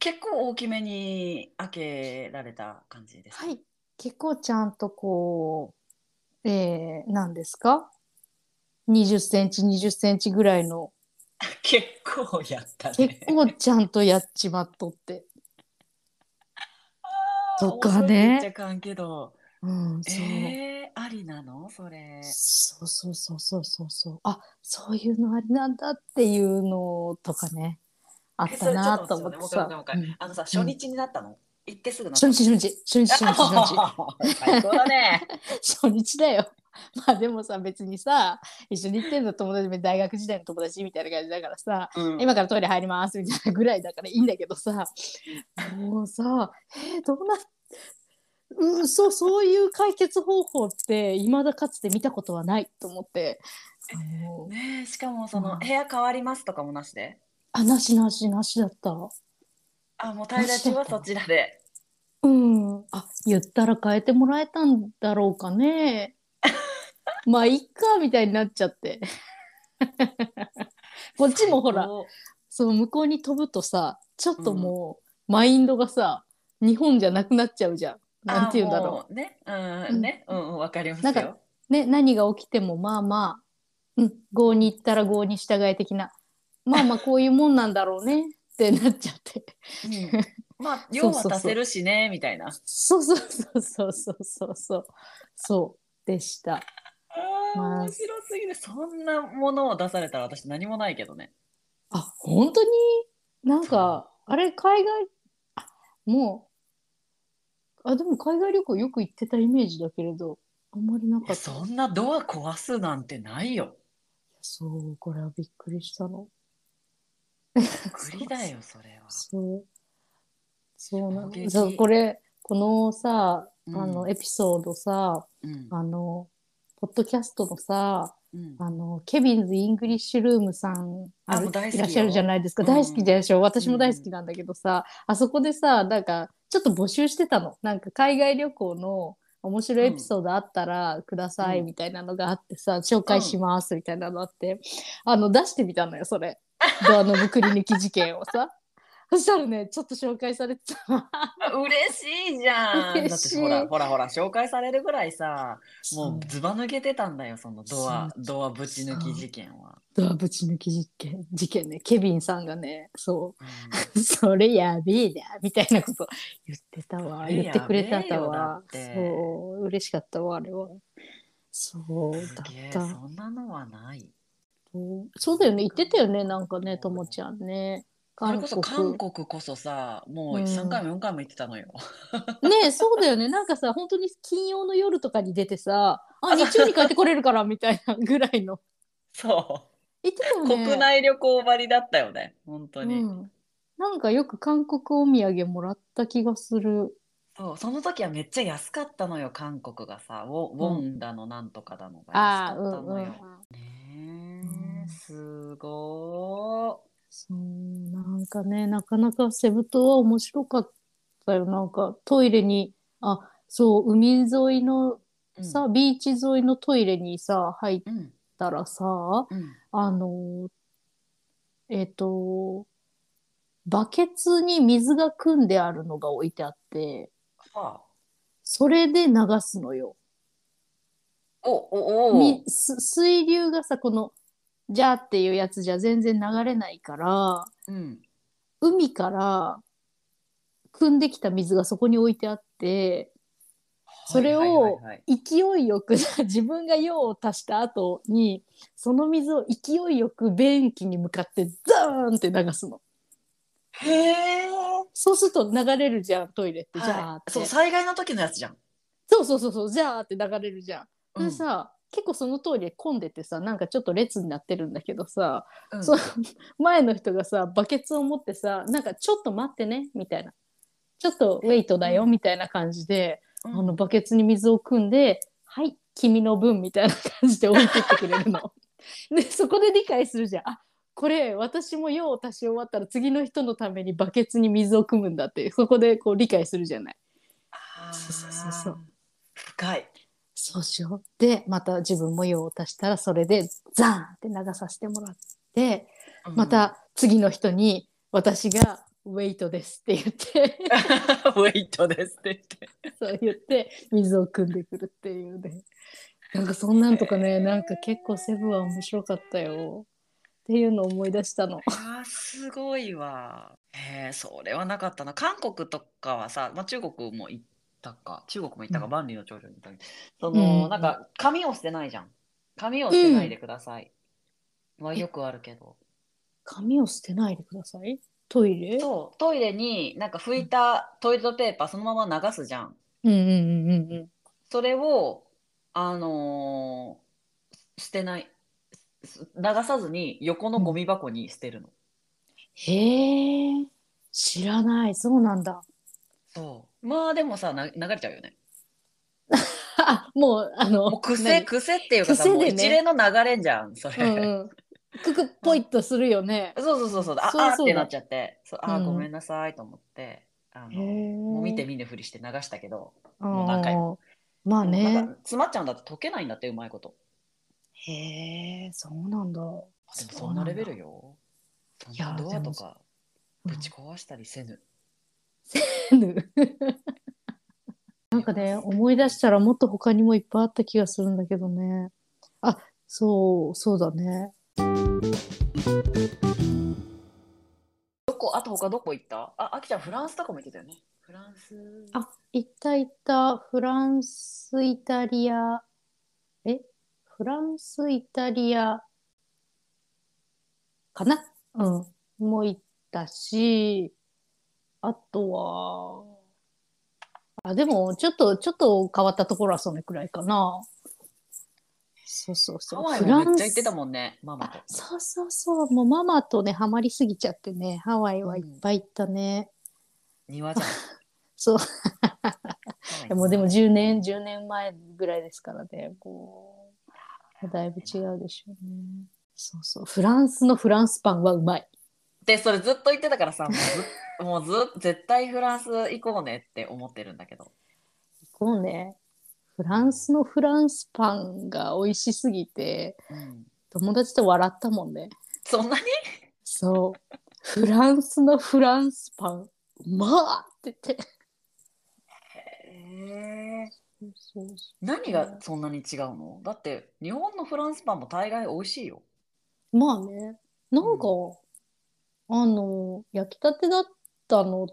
C: 結構大きめに開けられた感じですか。
B: はい。結構ちゃんとこう、えー、何ですか ?20 センチ、20センチぐらいの、
C: 結構やったね
B: 結。構ちゃんとやっちまっとって。とかね
C: 遅いって言っちゃいかんけど。
B: うん、そう。
C: えー、ありなのそれ。
B: そうそうそうそうそうそう。あ、そういうのありなんだっていうのとかね。あっ
C: えそ
B: た
C: れちょ
B: な
C: っ
B: と
C: と
B: 思
C: 待
B: っ
C: って
B: て
C: ちょっ
B: さ
C: と。待
B: う
C: って
B: ん
C: あのさ、初日になったの行ってすぐなった
B: 初
C: の
B: 日初日初日初日初日
C: 最高だね。
B: 初日だよ。まあでもさ別にさ一緒に行ってんの友達大学時代の友達みたいな感じだからさ
C: う ん
B: 今からトイレ入りますみたいなぐらいだからいいんだけどさもうさえーどうなうんそうそういう解決方法っていまだかつて見たことはないと思ってあの
C: ねえしかもその、
B: うん
C: 部屋変わりますとかもなしで。
B: あなしなしなしだった
C: あ、もう滞在中はそちら で。
B: うんあ言ったら変えてもらえたんだろうかねまあいっかみたいになっちゃって こっちもほら
C: そう
B: そう向こうに飛ぶとさちょっともう、マインドがさ日本じゃなくなっちゃうじゃん。なんて言うんだろ
C: あもう。ね、うん、ね、うん、うんわかりますよ。
B: なん かう。ね何が起きてもまあまあ、うん、郷に行ったら郷に従え的なま あまあこういうもんなんだろうねってなっちゃって。
C: うんまあ、用は足せるしね、みたいな。
B: そうそうそうそうそうそうそうそうでした。
C: あー
B: まあ
C: 面白すぎる。そんなものを出されたら私何もないけどね。
B: あ本当になんかあれ海外あもうあでも海外旅行よく行ってたイメージだけれどあんまりなかった
C: そんなドア壊すなんてないよ。
B: そうこれはびっくりしたの
C: 無理だよ、それは。
B: そうそうな
C: 衝
B: の
C: 撃
B: そうこれこのさあ
C: うん
B: のエピソードさ、
C: うん。
B: あのポッドキャストのさ
C: うん
B: あのケビンズ・イングリッシュルームさん
C: あ
B: ある
C: もう大
B: い
C: 好きよ
B: らっしゃるじゃないですか、
C: うん
B: 大好きでしょ私も大好きなんだけどさ、あそこでさなんかちょっと募集してたのなんか海外旅行の面白いエピソードあったらください
C: うん
B: みたいなのがあってさ、紹介しますみたいなのあって、あの出してみたのよそ れドアノブくり抜き事件をさそしたらねちょっと紹介されてた
C: 嬉しいじゃん。だっ
B: 嬉してい
C: ほら、ほら、ほら、紹介されるぐらいさ、もう
B: そう
C: ずば抜けてたんだよ、そのドア、
B: そう
C: ドアぶち抜き事件は。
B: ドアぶち抜き事件事件ねケビンさんがねそう
C: う ん
B: それやべえだみたいなこと言ってたわ
C: それ
B: 言ってくれたわ
C: やべえよだって
B: そう嬉しかったわあれはそう
C: す
B: だ
C: げえ、
B: っ
C: そ
B: た
C: んなのはない。
B: そうだよね言ってたよねなんかねともちゃんね
C: それ
B: 韓国
C: こそ韓国こそさ、もう
B: うん
C: 3回も4回も行ってたのよ。
B: ねそうだよねなんかさ本当に金曜の夜とかに出てさあ日曜に帰ってこれるからみたいなぐらいの
C: そ
B: 言ってたよ
C: う、
B: ね
C: 国内旅行ばりだったよね、本当に。
B: うん、なんかよく韓国お土産もらった気がする
C: そう、その時はめっちゃ安かったのよ、韓国がさ、ウォウォンだのなんとかだのが安
B: ああ
C: か
B: う
C: った
B: んう
C: の
B: んう
C: よ。
B: ん
C: ねえ、すご
B: そうなんかねなかなかセブ島は面白かったよなんかトイレにあそう海沿いの
C: ー。うん
B: さ、ビーチ沿いのトイレにさ入っ
C: うん、
B: たらさ
C: うん、
B: あのえっ、とバケツに水が汲んであるのが置いてあって
C: はあ。
B: それで流すのよ。
C: おおお
B: みす水流がさこのジャーっていうやつじゃ全然流れないから。
C: うん、
B: 海から汲んできた水がそこに置いてあってそれ
C: はいはい
B: を
C: はいはい
B: 勢いよく 自分が用を足した後にその水を勢いよく便器に向かってザーンって流すの
C: へえ、
B: そうすると流れるじゃんトイレってジャーっ
C: は
B: て、
C: い、そう
B: そ
C: 災害の時のやつじゃん。
B: うそうそうそうジャーって流れるじゃん。
C: うん
B: でさ結構そのトイレ混んでてさなんかちょっと列になってるんだけどさ、
C: うん
B: そう 前の人がさバケツを持ってさなんかちょっと待ってねみたいなちょっとウェイトだよみたいな感じで、
C: うん
B: あのバケツに水を汲んで「はい君の分」みたいな感じで置いてってくれるの。 でそこで理解するじゃん。あこれ私も用を足し終わったら次の人のためにバケツに水を汲むんだってそこでこう理解するじゃない。
C: あー
B: そうそうそうそう
C: 深い。
B: そうしようでまた自分も用を足したらそれでザーンって流させてもらって
C: うん
B: また次の人に私が「ウェイトです」って言って
C: ウェイトですって言って。
B: そう言って水を汲んでくるっていうねなんかそんなんとかねなんか結構セブンは面白かったよっていうのを思い出したの。
C: あーすごいわ。へえ、それはなかったな。韓国とかはさ、まあ、中国も行ったか、中国も行ったか、
B: うん
C: 万里の長城に行ったけどその、
B: うん
C: なんか、紙を捨てないじゃん。紙を捨てないでください。はよくあるけど。
B: 紙を捨てないでくださいトイレ
C: そう、トイレになんか拭いたトイレットペーパーそのまま流すじゃん。
B: うんうんうんうん
C: それを、あのー捨てない。す流さずに横のゴミ箱に捨てるの。
B: へえ知らないそうなんだ
C: そう。まあでもさ、な流れちゃうよね。
B: あもうあの
C: もう癖
B: 何
C: 癖っていうかさ、
B: 癖で
C: も
B: ね
C: う一連の流れんじゃんそれ、
B: うんうんククポイっとするよね
C: そうそうそうそうあ
B: そうそうだ
C: あってなっちゃってそうあ、
B: うん
C: ごめんなさいと思ってあ
B: へ
C: の
B: え
C: もう見て見ぬふりして流したけど
B: も
C: う何回
B: まあね
C: なんか詰まっちゃうんだって溶けないんだってうまいこと
B: へえ、そうなんだ。
C: でもそんなレベルよ。
B: い
C: い
B: や
C: や、ドア
B: で
C: と
B: も
C: か
B: うん
C: ぶち壊したりせぬ。
B: そうなんだ。なんかね、思い出したらもっと他にもいっぱいあった気がするんだけどね。あ、そう、そうだね。
C: どこ、あと他どこ行ったあ、あきちゃんフランスとかも行ってたよね。フランス。
B: あ、行った行った。フランス、イタリア。えフランス、イタリア。かなうん。も行ったし、あとは、あ、でも、ちょっと、ちょっと変わったところはそれくらいかな。そうそう
C: ハ
B: そう。
C: ワイもめっちゃ行ってたもんね、ママと
B: あ。そうそうそう。もうママとね、ハマりすぎちゃってね、ハワイはいっぱい行ったね。
C: 庭じゃん
B: そう。
C: ハワイ。
B: でもでも10年10年前ぐらいですからねこうだいぶ違うでしょうねそうそうフランスのフランスパンはうまい
C: で、それずっと言ってたからさ、もうず、 もうず絶対フランス行こうねって思ってるんだけど。
B: こうねフランスのフランスパンが美味しすぎて
C: うん、
B: 友達と笑ったもんね
C: そんなに
B: そうフランスのフランスパンうまっって言ってそうそう
C: 何がそんなに違うのだって日本のフランスパンも大概美味しいよ。
B: まあね、なんか、あの、焼きたてだったの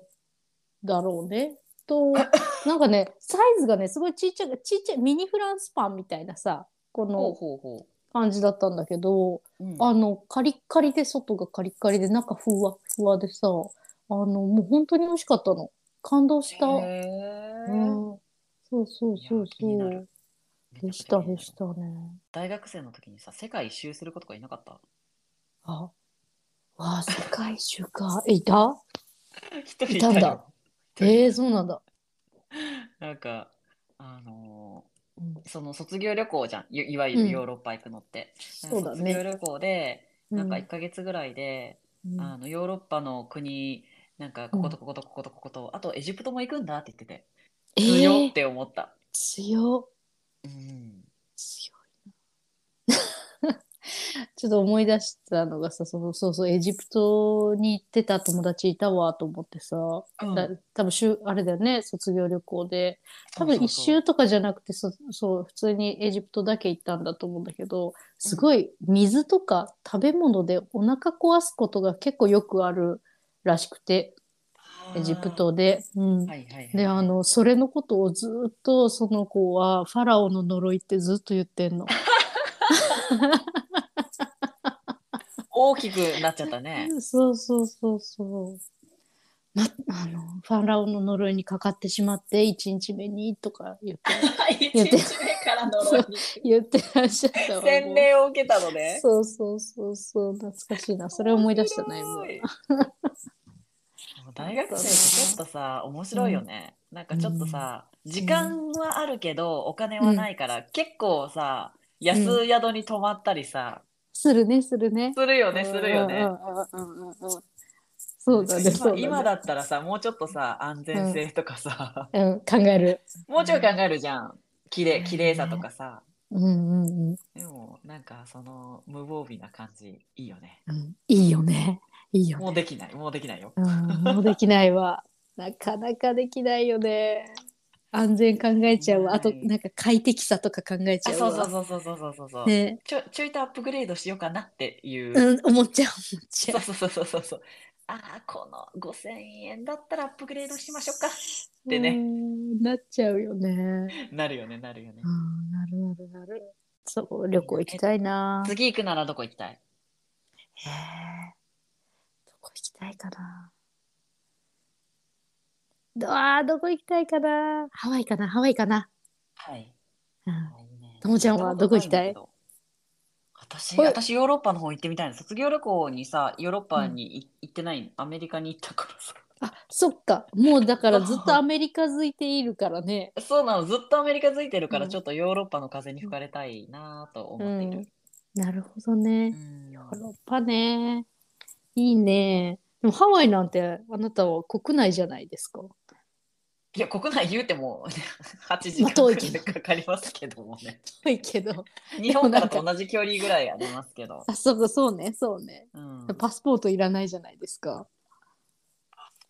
B: だろうね。 と、なんかね、サイズがね、すごいちっちゃく、ちっちゃいミニフランスパンみたいなさ、こ
C: ほう
B: の
C: ほうほ
B: 感じだったんだけど、
C: う。うん、
B: あの、カリッカリで、外がカリッカリで、中ふわっふわでさ、あの、もう本当に美味しかったの。感動した。う
C: へー
B: ん。そうそうそう
C: いや気にな
B: そう
C: る。
B: でした、でしたね。
C: 大学生の時にさ世界一周することがいなかった。
B: あ、わあ、世界一周か。え、いた
C: 一人
B: いたんだ
C: よ。
B: えー、そうなんだ。
C: なんかあの
B: うん
C: ーその卒業旅行じゃんいいわゆ
B: うん
C: るヨーロッパ行くのって。
B: そうだ
C: 卒業
B: ね。
C: 旅行でなんか
B: う
C: 1ヶ月ぐらいで、
B: ん
C: あのヨーロッパの国なんかこことこことこことここと、あとエジプトも行くんだって言ってて
B: え
C: 強っ
B: ー、
C: て思った。
B: 強
C: うん
B: 強いな。 ちょっと思い出したのがさそのそうそうエジプトに行ってた友達いたわと思ってさ、
C: うん
B: だ多分しゅあれだよね卒業旅行で多
C: そう
B: 分
C: そう
B: 一
C: そう
B: 周とかじゃなくてそそう普通にエジプトだけ行ったんだと思うんだけどすごい水とか食べ物でお腹壊すことが結構よくあるらしくてエジプトで。うん
C: はいはいはい
B: であのそれのことをずっとその子は「ファラオの呪い」ってずっと言ってん の。
C: 大きくなっちゃった ね。
B: そうそうそうそう。ま、あのファラオの呪いにかかってしまって1日目にとか言って
C: 一
B: 言って
C: 目からに
B: 言ってらっしゃったわ
C: 洗礼を受けたのね。
B: そうそうそうそう懐かしいなそれ思い出したな今
C: 面白い大学生ってちょっとさ面白いよね、なんかちょっとさ、時間はあるけどお金はないから、結構さ安宿に泊まったりさ、
B: するねするね
C: するよねするよ
B: うん
C: ね、
B: うんうんうんうんそうだね
C: 今
B: そうだね
C: 今だったらさもうちょっとさ安全性とかさ、
B: うん考える
C: もうちょい考えるじゃん綺麗
B: うん
C: 綺麗さとかさ、
B: うんうんうん
C: でもなんかその無防備な感じいいよね
B: うんいいよねいいよね
C: もうできないもうできないよ
B: うん、もうできないわ。 なかなかできないよね。安全考えちゃうわ。あと、
C: はい
B: なんか快適さとか考えち
C: あ
B: ゃう
C: そ
B: わ。
C: うそうそうそうそうそうそう、
B: ね、
C: ちょちょいとアップグレードしようかなっていう、
B: うん、思っちゃう、思っちゃ。
C: そううそうそうそうそうああこの5000円だったらアップグレードしましょうかでね
B: うんなっちゃうよね。うん、
C: なるよねなるよね、
B: なるなるなる。そう、旅行行きたいな。
C: 次行くならどこ行きた
B: へ
C: い
B: えどこ行きたいかな。どあーどこ行きたいかな。ハワイかな、ハワイかな。
C: はい
B: うん、
C: いいね
B: ともちゃんはどこ行きたい
C: 行ったことないんだけど私
B: はい
C: 私ヨーロッパの方行ってみたいの卒業旅行にさヨーロッパにい行ってないアメリカに行ったからさ
B: あそっか、もうだからずっとアメリカづいているからね。
C: そうなのずっとアメリカ付いてるか
B: う
C: ら
B: ん
C: ちょっとヨーロッパの風に吹かれたいなと思っている、
B: なるほど
C: う
B: ね。
C: ん
B: ヨーロッパね。いいね。でもハワイなんてあなたは国内じゃないですか。
C: いや、国内言うても、 ね、8時
B: まあ遠い
C: 間
B: けど
C: くらいかかりますけどもね。
B: 遠いけど。
C: 日本からと同じ距離ぐらいあります けど。
B: あ、そうかそうね、そうね。
C: うん、
B: パスポートいらないじゃないですか。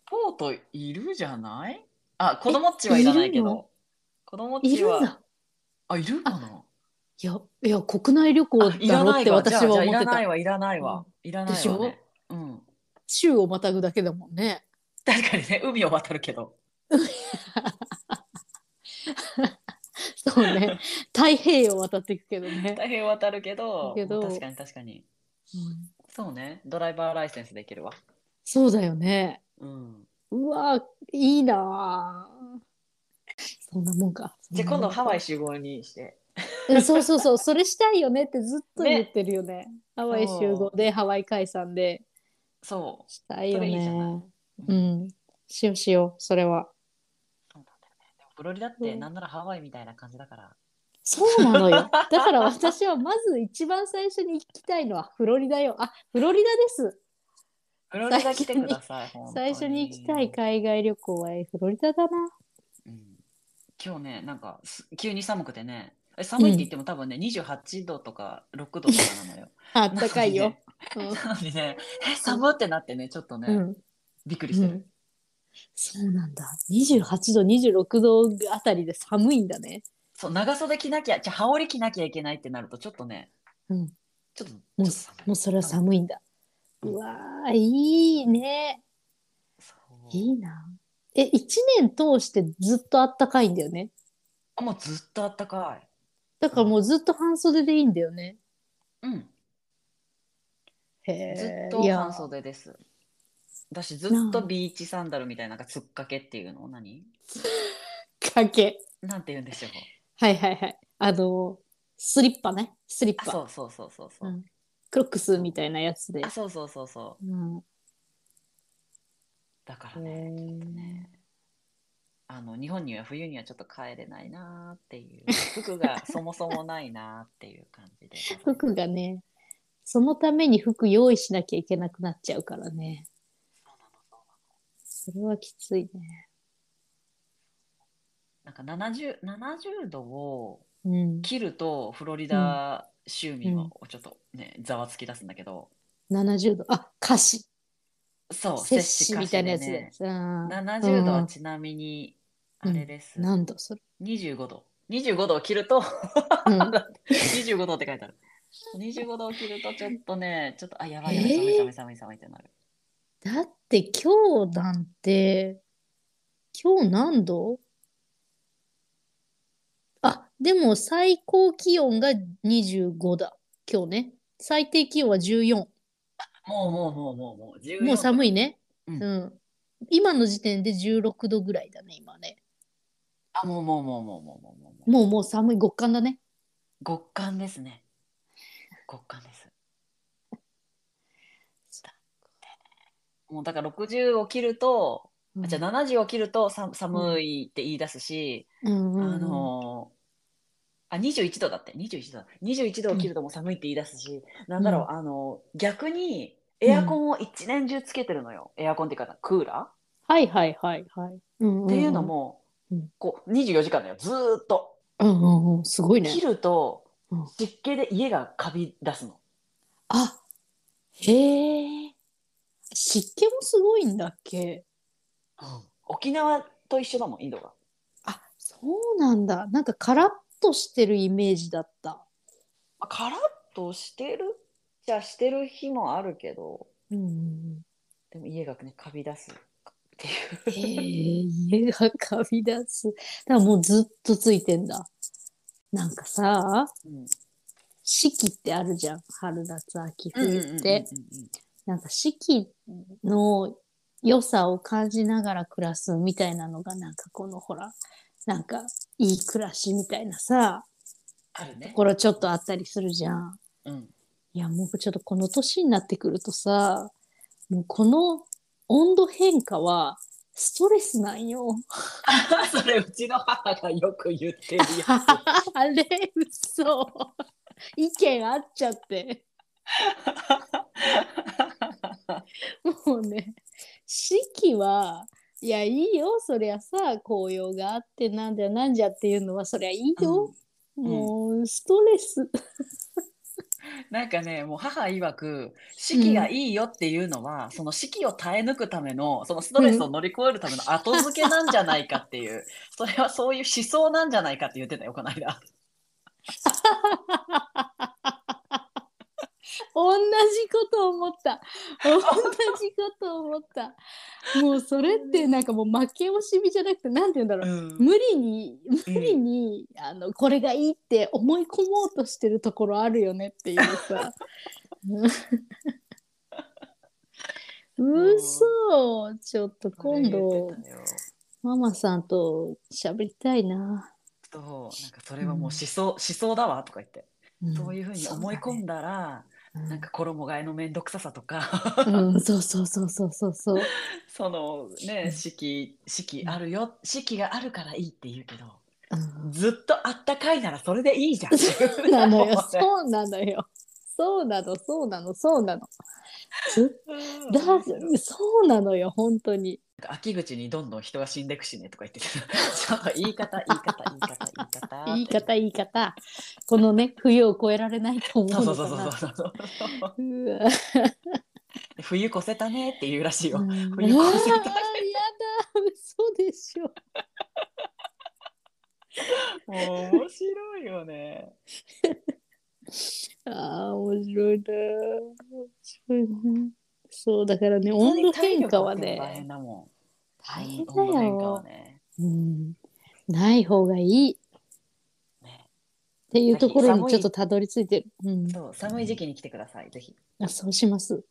C: ポートいるじゃないあ、子供っちはいらないけ
B: いる
C: ど。子供っ
B: い
C: ち
B: る
C: は。
B: んだ。
C: あ、いるかな。
B: いや、いや、国内旅行
C: あいら
B: だろ
C: な
B: っ
C: い
B: て
C: わ。
B: 私は
C: じ
B: 思
C: ゃあ
B: って
C: じゃあいらない
B: た。
C: わ、いらないわ。いらないわ、ね。うん。
B: 州をまたぐだけだもんね。
C: 確かにね、海を渡るけど。
B: そう ね。太平洋渡っていくけどね。
C: 太平洋渡るけど。
B: けど
C: 確かに確かに。
B: うん
C: そうね。ドライバーライセンスできるわ。
B: そうだよね。
C: うん。
B: うわーいいなーそんなもんか。
C: じゃあ今度ハワイ
B: イ。
C: 集合にして。
B: うんそうそうそう、それしたいよねってずっと言ってるよね。ハワイ集合で、ハワイ解散で。
C: そ
B: したいよ
C: それいいじゃ
B: ね
C: な。
B: う
C: い
B: ん。しようしよう、それは。
C: う。そうなんだよねでもフロリダって
B: うん
C: なんならハワイみたいな感じだから。
B: そうなのよ。 だから私はまず一番最初に行きたいのはフロリダよ。あ、フロリダです。
C: フロリダ来てください。本当
B: 最
C: に
B: 初に行きたい海外旅行はえフロリダだな。
C: うん今日ね、なんかす急に寒くてね、え寒いって言っても多分ね、28度とか6度とかなのよ。
B: あったかいよ。
C: なのにね、え寒ってなってね、ちょっとね、
B: うん。うん
C: びっくりしてる。
B: そうなんだ。28度、26度あたりで寒いんだね。
C: そう、長袖着なきゃ、じゃあ羽織着なきゃいけないってなると、ちょっとね、
B: うん。
C: ちょっと、
B: もう
C: ちょっと寒い
B: もうそれは寒いんだ。うわーいいね。
C: そう
B: いいな。え、一年通してずっとあったかいんだよね。
C: あもうずっとあったかい。
B: だからもうずっと半袖でいいんだよね。
C: うん、
B: へ
C: ず
B: え
C: っと
B: い
C: い
B: や
C: 半袖です。だし、ずっとビーチサンダルみたいな、なんかつっかけっていうの、何
B: かけ。
C: なんて言うんでしょう。
B: はいはいはい。あの、スリッパね。スリッ
C: あ、
B: パ。
C: そうそうそうそうそう。
B: うんクロックスみたいなやつで
C: あ、。そうそうそうそう。
B: うん。
C: だからね、ちょっと
B: ね
C: ね、あの日本には冬にはちょっと帰れないなーっていう服がそもそもないなーっていう感 じで、
B: 服がね、そのために服用意しなきゃいけなくなっちゃうからね。それはきついね。
C: なんか 70, 70度を
B: うん。
C: 切るとフロリダ州民はちょっとねざわつき出すんだけど、
B: 70度。あ、歌詞。
C: そう
B: 摂氏みたいなやつ
C: 摂氏歌
B: で
C: 詞。
B: うん
C: でね、70度
B: う
C: は
B: ん
C: ちなみにあれです、
B: 何度それ。
C: 25度25度を切ると
B: うん。
C: 25度って書いてある25度を切るとちょっとねちょっとあやばいやばい寒い寒い寒い寒いってなる
B: だって今日なんて、今日何度あ、でも最高気温が25だ。今日ね。最低気温は14。
C: もうもうもうもうもう14
B: もう寒いね。
C: う
B: うんん。今の時点で16度ぐらいだね、今ね。
C: あもうもうもうもうもうもうもうもう
B: もうもう寒い極寒だね。
C: 極寒ですね極寒ですだってもうだから60を切ると、あじゃあ70を切るとさ寒いって言い出すし、
B: うんうんうん
C: あのーあ21度だって21度だ21度を切るともう寒いって言い出すし、なんだろうあのー逆にエアコンを一年中つけてるのよ、エアコンっていうかクーラー、
B: はいはいはいはい。っ
C: っていうの、も、
B: うん
C: こう24時間だよずーっと。
B: うんうんうん、すごいね
C: 切。ると
B: うん
C: 湿気で家がカビ出すの。
B: あへえ。湿気もすごいんだっけ
C: 沖縄と一緒だもんインドが。
B: あそうなんだ。なんかカラッとしてるイメージだった。
C: まあカラッとしてるっちゃしてる日もあるけど
B: うんうん
C: でも家がねカビ出すってい
B: うん、へえ、家がカビ出す。だからもうずっとついてんだ。なんかさ、
C: う。うん
B: 四季ってあるじゃん。春、夏、秋、冬って。
C: うんうんうん
B: なんか四季の良さを感じながら暮らすみたいなのがなんかこのほらなんかいい暮らしみたいなさ
C: あるね
B: と。ころちょっとあったりするじゃん。
C: うん
B: いやもうちょっとこの年になってくるとさもうこの温度変化はストレスなんよ。
C: それうちの母がよく言ってる やつ
B: あれ嘘意見あっちゃって。もうね四季はいやいいよそりゃさ紅葉があってなんじゃなんじゃっていうのはそりゃいいよ、
C: ん
B: もうストレス
C: なんかね、もう母曰く、四季がいいよっていうのは、その四季を耐え抜くための、そのストレスを乗り越えるための後付けなんじゃないかって いう、それはそういう思想なんじゃないかって言ってたよ、この間。
B: 同じこと思った同じこと思ったもうそれってなんかもう負け惜しみじゃなくてなんて言うんだろう、
C: ん。
B: 無理に無理に、あのこれがいいって思い込もうとしてるところあるよねっていう さうそちょっと今度ママさんと喋りたい な、
C: そう、なんかそれはもう思想、思想だわとか言って、そういうふうに思い込ん
B: だ、
C: だら、
B: そうだね
C: なんか衣替えの面倒くささとか、
B: うん、そうそうそうそうそうそう
C: その
B: うん
C: ね、四季、四季あるよ、四季があるからいいって言うけど、
B: うん
C: ずっとあったかいならそれでいいじゃんっていう
B: なの
C: もうね
B: よそうなのよそうなのそうなのそうなのずだそうなのよ本当に
C: 秋口にどんどん人が死んでくしねとか言っ ててちょっと言い方言い方言い方言い方
B: 言い方言い方このね冬を越えられないと思
C: そううそ
B: の
C: うそう
B: か
C: そう
B: な
C: そうそう
B: うわ
C: 冬越せたねって言うらしいよ、
B: うん
C: 冬越
B: うわー
C: せ
B: や
C: た
B: だ嘘でしょ
C: もう面白いよね
B: あー面白いな面白いなそうだからね温度変化は
C: 体力大変
B: ね
C: だもん
B: 大変だ
C: 温度変化は
B: よ、
C: ね
B: うん、ない方がいい
C: ね
B: っていうところにちょっとたどり着いてる、うん、
C: そう寒い時期に来てくださいぜひ、
B: あそうします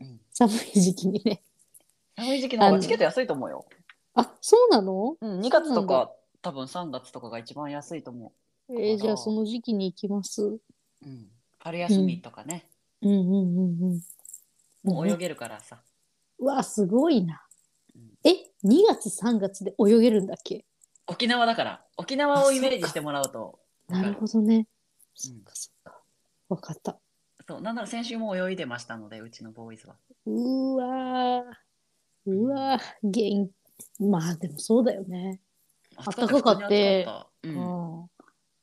C: うん、
B: 寒い時期にね
C: 寒い時期の方
B: あ
C: が
B: の
C: チケット安いと思うよ、
B: あそうなの
C: うん、2月
B: そう
C: と
B: なん
C: か多分3月とかが一番安いと思
B: えーじゃあその時期に行きますうん
C: う、うん、春休みとかね、
B: うんうんうん
C: もう泳げるからさ、
B: うわすごいな
C: うん
B: え2月3月で泳げるんだっけ
C: 沖縄だから沖縄をイメージしてもらうと
B: なるほどねそ
C: うん
B: っかそっかわかった
C: そうなんなら先週も泳いでましたのでうちのボーイズは
B: うわーうわー元気まあでもそうだよね、
C: あ
B: 暖かかった
C: う、
B: うんん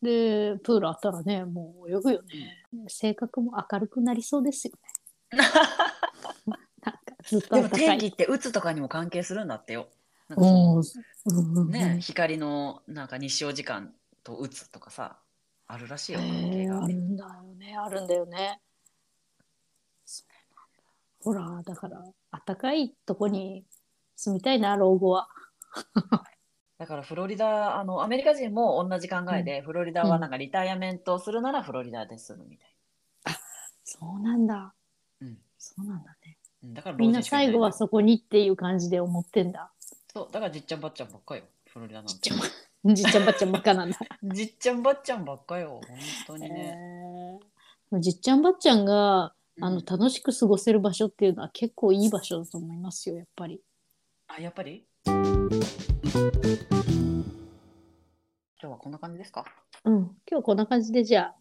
B: でプールあったらねもう泳ぐよね性格も明るくなりそうですよ ねなんかずっと
C: でも
B: 暖か
C: 天気
B: い
C: って鬱とかにも関係するんだってよなんかその
B: おーうんうんうん
C: ね光のなんか日照時間と鬱とかさあるらしいよ関係
B: え
C: が
B: あるんだよねあるんだよねそうなんだほらだから暖かいとこに住みたいな老後は
C: だからフロリダあのアメリカ人も同じ考えで、フロリダはなんかリタイアメントするならフロリダで住むみたい
B: そうなんだ
C: な、うん
B: そうなんだね
C: うん、だから
B: みん
C: 老
B: な
C: 人しかいい
B: 最後はそこにっていう感じで思ってんだ
C: そうだからじっちゃんばっちゃんばっかよフロリダなん
B: ちってちゃんじっちゃんばっちゃんばっか なんだ、
C: じっちゃんばっちゃんばっかよ本当にね、
B: えーじっちゃんばっちゃんがあ
C: う
B: の
C: ん
B: 楽しく過ごせる場所っていうのは結構いい場所だと思いますよやっぱり
C: あ、やっぱり今日はこんな感じですか
B: うん今日こんな感じでじゃあ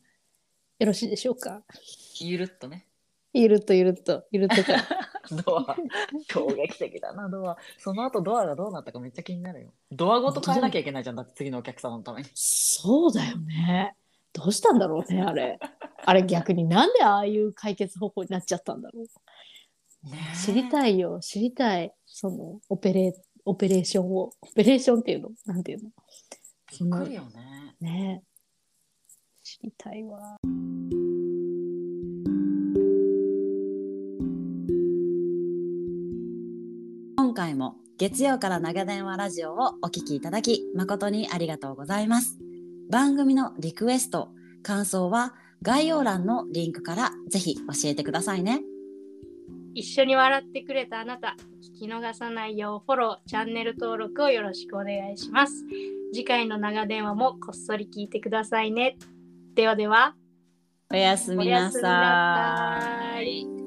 B: よろしいでしょうか
C: ゆるっとね。
B: ゆるっとゆるっとゆるっとか
C: ドア。衝撃的だな、ドア。その後ドアがどうなったかめっちゃ気になるよ。ドアごと変えなきゃいけないじゃん。だって次のお客様のために。
B: そうだよね。どうしたんだろうね、あれ。あれ逆になんでああいう解決方法になっちゃったんだろう。知り
C: い。
B: たいよ、知りたい。そのオペレオペレーションを。オペレーションっていうのなんていうの
C: びっくりよね。
B: ねえ知りたいわ。
D: 今回も月曜から長電話ラジオをお聞きいただき誠にありがとうございます番組のリクエスト感想は概要欄のリンクからぜひ教えてくださいね
A: 一緒に笑ってくれたあなた、聞き逃さないようフォロー、チャンネル登録をよろしくお願いします。次回の長電話もこっそり聞いてくださいね。ではでは、
D: おやすみ
A: おや
D: なさ
A: すみなさ
D: い